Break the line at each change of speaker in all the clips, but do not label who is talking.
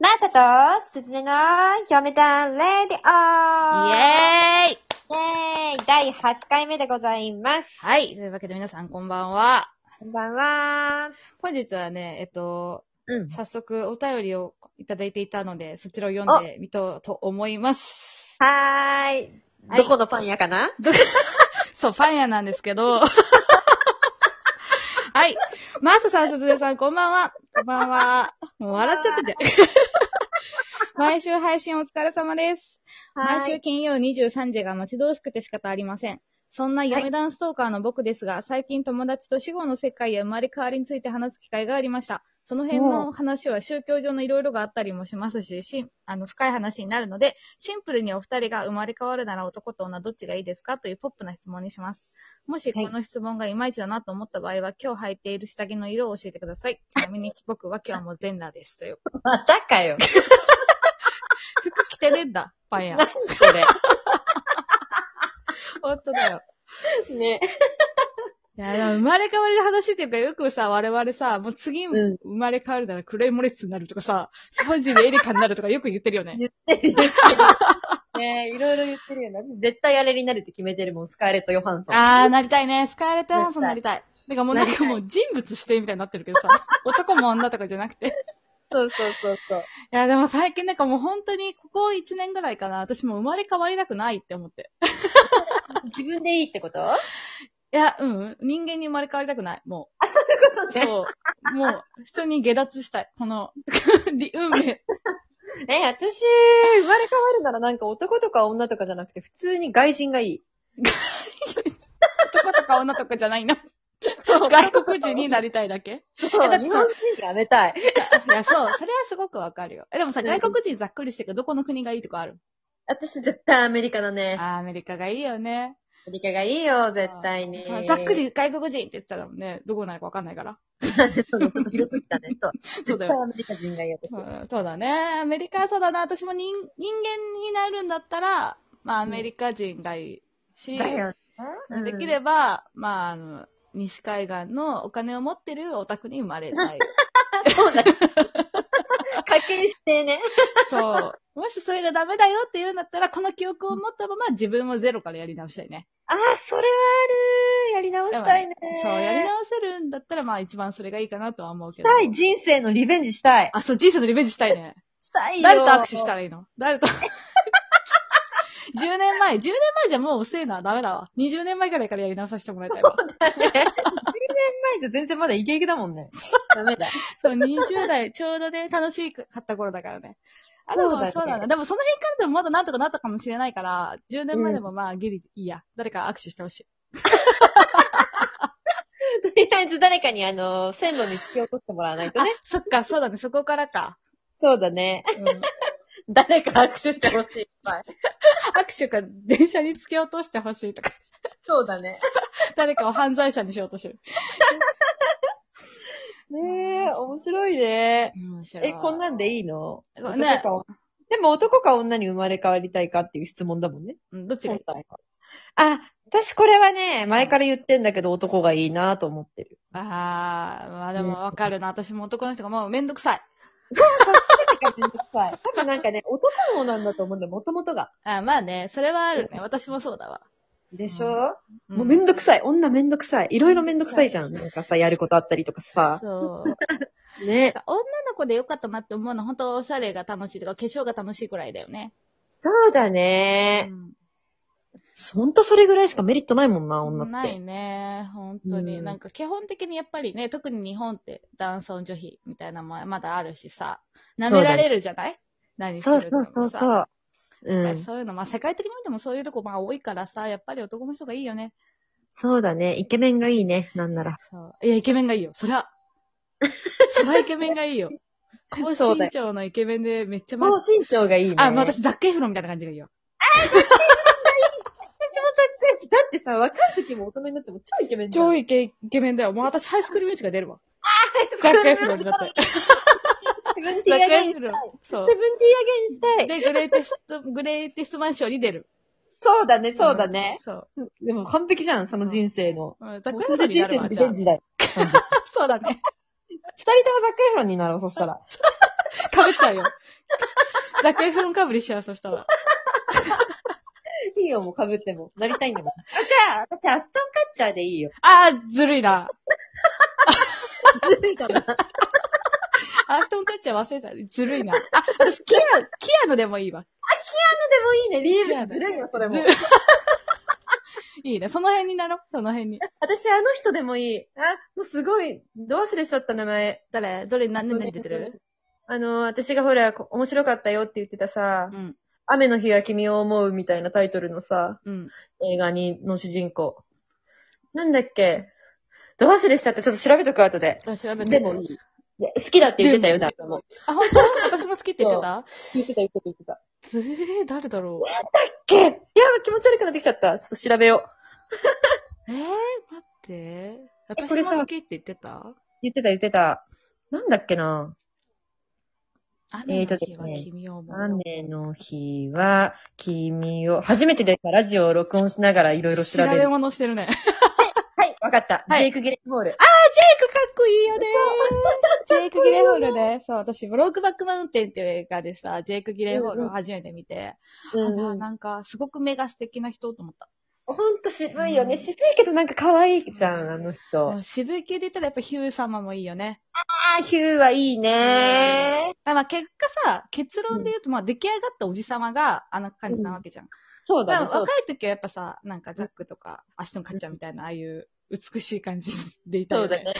マサと、すずねの、嫁たん、レディオイ
イエーイ
ェーイ第8回目でございます。
はい。というわけで皆さんこんばんは。
こんばんは。
本日はね、えっと、
うん。
早速お便りをいただいていたので、そちらを読んでみとうと思います。
はーい。
はい
どこのパン屋かな
そう、パン屋なんですけ ど。はい。マーサさん、すずねさん、こんばんは。こんばんは。もう笑っちゃ ったじゃん。毎週配信お疲れ様です。毎週。金曜23時が待ち遠しくて仕方ありません。そんな嫁ダンストーカーの僕ですが、最近友達と死後の世界や生まれ変わりについて話す機会がありました。その辺の話は宗教上のいろいろがあったりもしますし、しんあの深い話になるので、シンプルにお二人が生まれ変わるなら男と女どっちがいいですかというポップな質問にします。もし
はい
この質問がいまいちだなと思った場合は、今日履いている下着の色を教えてください。ちなみに僕は今日もう全裸です。という。
またかよ。
服着てねえんだ、パン 屋
な。んそ
本当だよ。
れ。ね。
いや、でも生まれ変わりの話っていうか、よくさ、我々さ、もう 次、
うん
生まれ変わるならクレイモレッツになるとかさ、スポジでエリカになるとかよく言ってるよね。
言ってる、言ってる。ねいろいろ言ってるよな。私絶対あれになるって決めてるもん、スカーレット・ヨハンソン。
あー、なりたいね。スカーレット・ヨハンソンなりたい。だからもうなん
なり
か
たい
もう人物してみたいになってるけどさ、男も女とかじゃなくて。
そうそうそうそう。
いや、でも最近なんかもう本当にここ1年ぐらいかな、私もう生まれ変わりたくないって思って。
自分でいいってことあ、
いや、うん、人間に生まれ変わりたくない、も
そういう こと
う。
ね。
そう。もう、人に下脱したい。この、 り運命。
え、私、生まれ変わるならなんか男とか女とかじゃなくて、普通に外人がいい。
男とか女とかじゃないな。外国人になりたいだけ
そう
えだって
日
さ
本人やめたい。
いや、そう、それはすごくわかるよ。え、でもさ、
うん
外国人ざっくりしてるけど、どこの国がいいとかある
私絶対アメリカだ
あ
ね。ア
ーアメリカがいいよね。
メリカがいいよ、絶対に。
そうざっく。り外国人って言ったらね、どこなのかわかんない から。
そうちょっと広すぎたね。そう。
そ
絶
うだ
対
よ
アメリカ人がいいよ。
うんそうだね。アメリカはそうだな。私も人、人間になるんだったら、まあ、アメリカ人がいいし、
だよねうん
できれば、まあ、あの、西海岸のお金を持ってるお宅に生まれたい。
そうだよ。家計してね。
そう。もしそれがダメだよって言うんだったら、この記憶を持ったまま自分をゼロからやり直したいね。
ああ、それはある。やり直したいね。
そう、やり
し
直せるんだったら、まあ一番それがいいかなとは思うけど。
たい。人生のリベンジしたい。
あ、そう、人生のリベンジしたいね。
したいよ。
誰と握手したらいいの誰と。10年前、10年前じゃもう遅いな、ダメだわ。20年前ぐらいからやり直させてもらいたいわ。
?10 年前じゃ全然まだイケイケだもんね。ダメだ。
そう、20代、ちょうどね、楽しかった頃だからね。あ、で
そうだ
も
ね
そうだね。でもその辺からでもまだなんとかなったかもしれないから、10年前でもまあギリいいや。誰か握手してほしい。
とりあえず誰かにあの、線路に突き落としてもらわないと
あ
ね。、
そっか、そうだね、そこからか。
そうだね。
うん、握
誰か握手してほしい。いっぱい
手か電車に突き落としてほしいとか。
そうだね。
誰かを犯罪者にしようとしてる。
ねえ、面白いね。
面白
え、こんなんで
い
いいの
ね
男か女でも男か女に生まれ変わりたいかっていう質問だもんね。
うんどっちがいい
本体はあ、私これはね、前から言ってんだけど男がいいなと思ってる。
ああ、まあでもわかるな。私も男の人がもうめんどくさい。
多分なんかね、男のものなんだと思うんだよ、もともとが。
あまあね、それはあるね。私もそうだわ。
でしょ、
う
もうめんどく
さ
さい。女めんどくさい。いろいろめんどくさいじゃん。なんかさ、やることあったりとかさ。
そう。なん
ね。
か女の子でよかったなって思うの、本当おしゃれが楽しいとか、化粧が楽しいくらいだよね。
そうだ
う
ね。
ん
ほんとそれぐらいしかメリットないもんな、女って。
ないね。本当に。
うん
なんか基本的にやっぱりね、特に日本って男尊女卑みたいなのもまだあるしさ、舐められるじゃない、何す
そう
る
そ
のも
う
さ
そうそう。う
やっぱり
ん。
そういうの、まあ世界的に見てもそういうとこまあ多いからさ、やっぱり男の人がいいよね。
そうだね。イケメンがいいね。なんなら。
そう。いや、イケメンがいいよ。そりゃ。そりゃイケメンがいいよ。高
そうだ
身
よ
長のイケメンでめっちゃマ
高
ッチ。
身長がいいね。
あ、まあ、私、ザックエフロンみたいな感じがいいよ。
だってさ、若い時も大人になっても超イケメンじゃん。
超
イ
イケイケメンだよ。もう私、ハイスクールミュージカル出るわ。ザ
ケ
ック
メ
エ
ン。
フロンになって。
セブンティ
ザ
ー
ッ
ア
ク
ゲイン
エ
し
フ
た
ロ
い
ン。。
セブ
そ
ンティ。ーア
う
ゲインしたい。
で、グレイテスト、グレイテストマンションに出る。
そうだね、そうだ
ん
ね。
そう。
でも完璧じゃん、その人生の。
うんザッ
も
ク
う
エ
そ
フ
れ
ロ
で人生の
ンになるわ。
リ
じゃ
ベ
あ
ンジだよ。
そうだね。
二人ともザックエフロンになろう、そしたら。
かぶっちゃうよ。ザクエフロンかぶりしちゃう、そしたら。
いいよ、もう被っても。なりたいんだもん。あ、じゃあ、私アストンカッチャーでいいよ。
あー、ずるいな。
ずるいかな。
アストンカッチャー忘れた。ずる いな。あ、私、キア、キアノでもいいわ。
でもいいね、リ
キア
ー
ノ
ブずるいよ、それも
ず。 いいね。その辺になろう。その辺に。
私、あの人でもいい。あ、もうすごい、どう忘れしちゃった名前。
誰どれ何
年目
年目
に出
に出
て
て
る
る
あの、私がほら、こ面白かったよって言ってたさ、
うん。
雨の日は君を思うみたいなタイトルのさ、
うん。
映画に、の主人公。なんだっけどう忘れしちゃった。ちょっと調べとく、後で。
あ、調べて。
でもいい。で好きだって言ってたよ、だ
でも
ってもう。
あ、本 当？私も好きって言ってた
言ってた、言ってた、言ってた。
ずるい、誰だろう。
けいや、気持ち悪くなってきちゃった。ちょっと調べよう。
えー、待って。
えこれ
私
さ
も好きって言ってた
言ってた、言ってた。なんだっけなえー
雨
と
の
で
日
す
は
ね
君を思う。
雨の日は、君を、初めてでラジオを録音しながらいろいろ調べ
調べ
る。
物してるね。
はい、わかった。
はい
ジェイク・ゲレンホール。
ジェイクかっこいいよねジェイク・ギレンホールね。そう、私、ブロークバック・マウンテンっていう映画でさ、ジェイク・ギレンホールを初めて見て、
あ、う
あなんか、すごく目が素敵な人と思った。
ほんと渋い
い
よ
よ
ね。
ね
渋いけどなんか可愛いじ
じ
ゃ
ゃ
ん、
ん
あ
あ
の
で
人。
も渋い系で言ったらやっぱヒュー様もいいよね。
あ、ヒューはいいね。
まあまあ結果さ、結論で言うと、まあ出来上がったおじさまがあの感じなわけじゃん。
そう
だ
だ
か
ね、
ら
そう
若
だ
い時はやっぱさ、なんかザックとかアシトンカッチャーみたいな、ああいう美しい感じでいた
そ
よ
うだ
ね。
ね。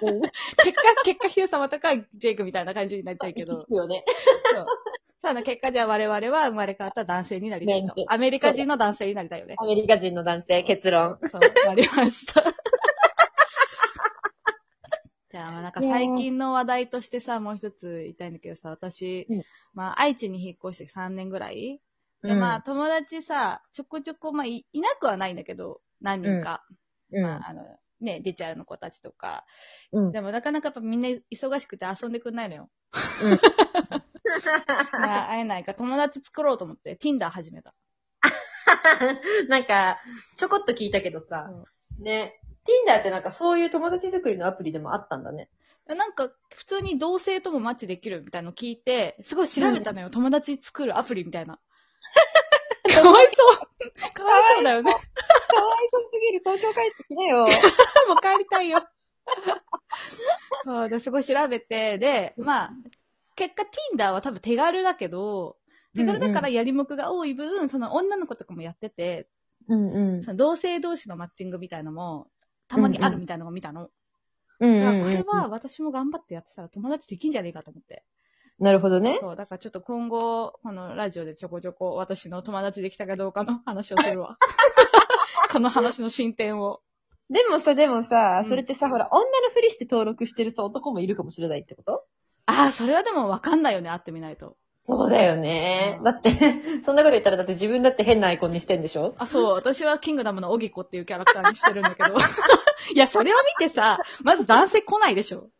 うん
結果、結果ヒュー様とかジェイクみたいな感じになりたいけど。
いいよね。
そうさあ、結果じゃあ我々は生まれ変わった男性になりたい
ね
と。アメリカ人の男性になりたいよね。
アメリカ人の男性、結論。
そう、なりました。 じゃあ、まあなんか最近の話題としてさ、もう一つ言いたいんだけどさ、私、
うん
まあ愛知に引っ越して3年ぐらい。で、まあ友達さ、ちょこちょこ、まあいいなくはないんだけど、何人か。
うん、
まあ、あの、ね、出ちゃうの子たちとか。
うん。
でもなかなかやっぱみんな忙しくて遊んでくんないのよ。まあ会え ないから友達作ろうと思って Tinder 始めた。
なんか、ちょこっと聞いたけどさ、ね、Tinder ってなんかそういう友達作りのアプリでもあったんだね。
なんか、普通に同性ともマッチできるみたいの聞いて、すごい調べたのよ。友達作るアプリみたいな。かわいそう。かわいそうだよ
か
ね。
わいそうすぎる、東京帰ってきなよ。
もう帰りたいよ。そう、で、すごい調べて、で、まあ、結果 Tinder は多分手軽だけど、手軽だからやりもくが多い分、その女の子とかもやってて、
うんうん。
その同性同士のマッチングみたいのも、たまにあるみたいなのを見た
う
の。
ん
だから
う
こ
んう
れ
ん。
は私も頑張ってやってたら友達できんじゃねえかと思って。
なるほどね。
そう、だからちょっと今後、このラジオでちょこちょこ私の友達できたかどうかの 話をするわ。この話の進展を。
でもさ、でもさ
う、ん
それってさ、ほら、女のふりして登録してるさ、男もいるかもしれないってこと
ああ、それはでもわかんないよね、会ってみないと。
そうだよね
うん
だって、 そんなこと言ったら、だって自分だって変なアイコンにしてんでしょ
あ、そう、私はキングダムのオギコっていうキャラクターにしてるんだけど。 いや、それを見てさ、まず男性来ないでしょ。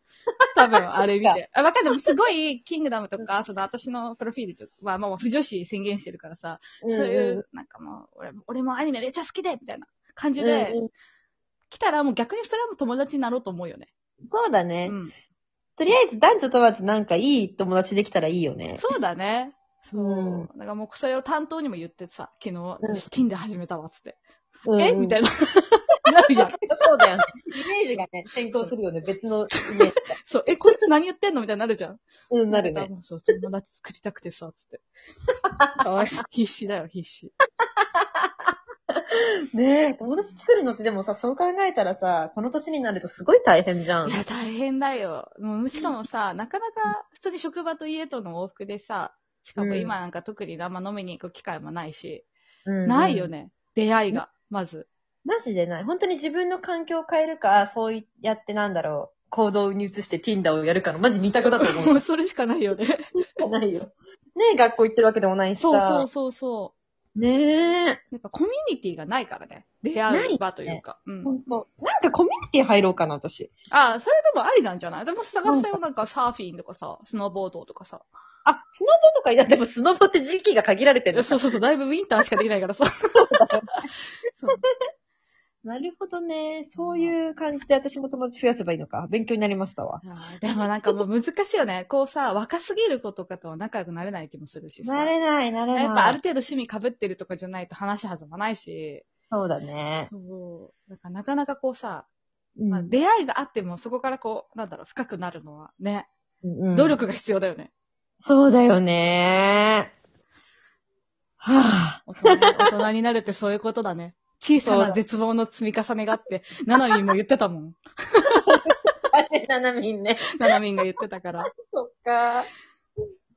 多分、あれ見て。あ、わかんない。すごい、キングダムとか、その私のプロフィールとかは、まあ、もう不女子宣言してるからさ、そうい
んん
う、なんかもう、俺も俺もアニメめっちゃ好きでみたいな感じで、
うんうん
来たらもう逆にそれはもう友達になろうと思うよね。
そうだね、
うん、
とりあえず男女問わずなんかいい友達できたらいいよね。
そうだね。そう。
うん
なんかもうそれを担当にも言ってさ、昨日、
うん
私 Tinder 始めたわ、つって。
うんうん
えみたいな。 なるじゃん。
そうだよね。イメージがね、変更するよね。別のイメージが。
そう、え、こいつ何言ってんのみたいになるじゃん。
うん、なる
んか
ね。
もうそう、友達作りたくてさ、つ って。かわいそう。必死だよ、必死。
ねえ、友達作るのってでもさ、そう考えたらさ、この年になるとすごい大変じゃん
い。や、大変だよ。もう、しかもさ、なかなか、普通に職場と家との往復でさ、しかも今なんか特にあんま飲みに行く機会もないし、
うんうん
ないよ。ね。出会いが、まず。
マジでない。本当に自分の環境を変えるか、そうやってなんだろう、行動に移して Tinder をやるかの、マジ二択だと思
も
う。
うそれしかないよね。
ない よ。ねえ、学校行ってるわけでもないしさ。
そうそうそうそう。
う。ねえ。
やっぱコミュニティがないからね。出会う場というか。うん。
本当。なんかコミュニティ入ろうかな、私。
ああ、それでもありなんじゃないでも探したよ、なんかサーフィンとかさ、スノーボードとかさ。
あ、スノボとか、いや、でもスノボって時期が限られて
いや
る。
そうそうそう、だいぶウィンターしかできないからさ。そう。
なるほどね。そういう感じで私も友達増やせばいいのか。勉強になりましたわ。
あーでもなんかもう難しいよね。 こうさ、若すぎる子とかとは仲良くなれない気もするしさ。
なれない、なれない。
やっぱある程度趣味被ってるとかじゃないと話弾まないし。
そうだね。
そう。だからなかなかこうさ、
うん
まあ、出会いがあってもそこからこう、なんだろう、深くなるのはね、
うん
努力が必要だよね。
そうだよね。はぁ、
大人に大人になるってそういうことだね。小さ
そう
な
だ
絶望の積み重ねがあって、ななみんも言ってたもん。
あれ、ななみんね。
ななみんが言ってたから。
そっか。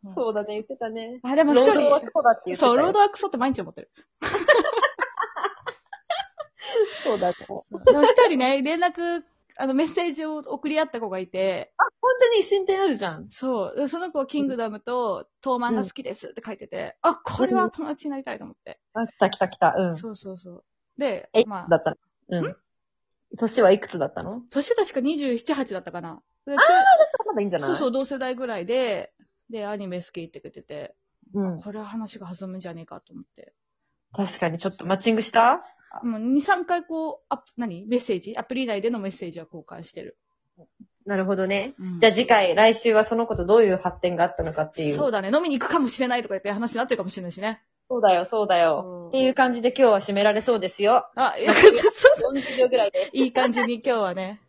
う
そうだね、言ってたね。
ん。あ、でも
労
一
働
人、
はそうだって言ってたよ
そう、ロードはクソって毎日思ってる。
そうだね。
でも一人ね、連絡、あの、メッセージを送り合った子がいて、
本当に進展あるじゃん。
そう。でその子はキングダムと、トーマンが好きですって書いてて、あ、これは友達になりたいと思って。
あ、来た来た来た。うん。
そうそうそう。で
え、、
ま
だ
あ、
ったのうん。年はいくつだったの
年確か27、8だったかな。で
まだいいんじゃない。
そうそうう、同世代ぐらいで、で、アニメ好きって言ってて、
うん。
これは話が弾むんじゃねえかと思って。
確かに、ちょっとマッチングした
もう2、3回こう、アップ、何メッセージアプリ内でのメッセージは交換してる。
なるほどね。
うん
じゃあ次回、来週はその子とどういう発展があったのかっていう。
そう
う
だね、飲みに行くかもしれないとか言って話になってるかもしれないしね。
そうだよ、そうだよ。っていう感じで今日は締められそうですよ。
あ、よかったそうそう。
40秒ぐらいで。
いい感じに今日はね。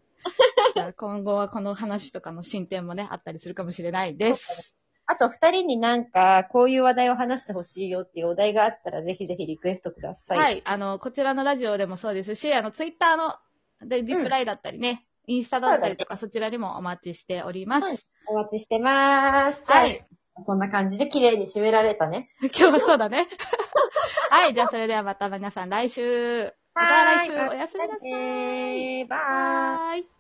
じゃあ今後はこの話とかの進展もね、あったりするかもしれないです。
あと、二人になんか、こういう話題を話してほしいよっていうお題があったら、ぜひぜひリクエストくださ。
はいい、あの、こちらのラジオでもそうですし、あの、ツイッターのでリプライだったりね、インスタだったりとか、そちらにもお待ちしております。
うんお待ちしてまーす。
はい
じゃあ。そんな感じで綺麗に締められたね。
今日はそうだね。はい、じゃあそれではまた皆さん来週。また来週おやすみなさい。
い。バイ。
はーい。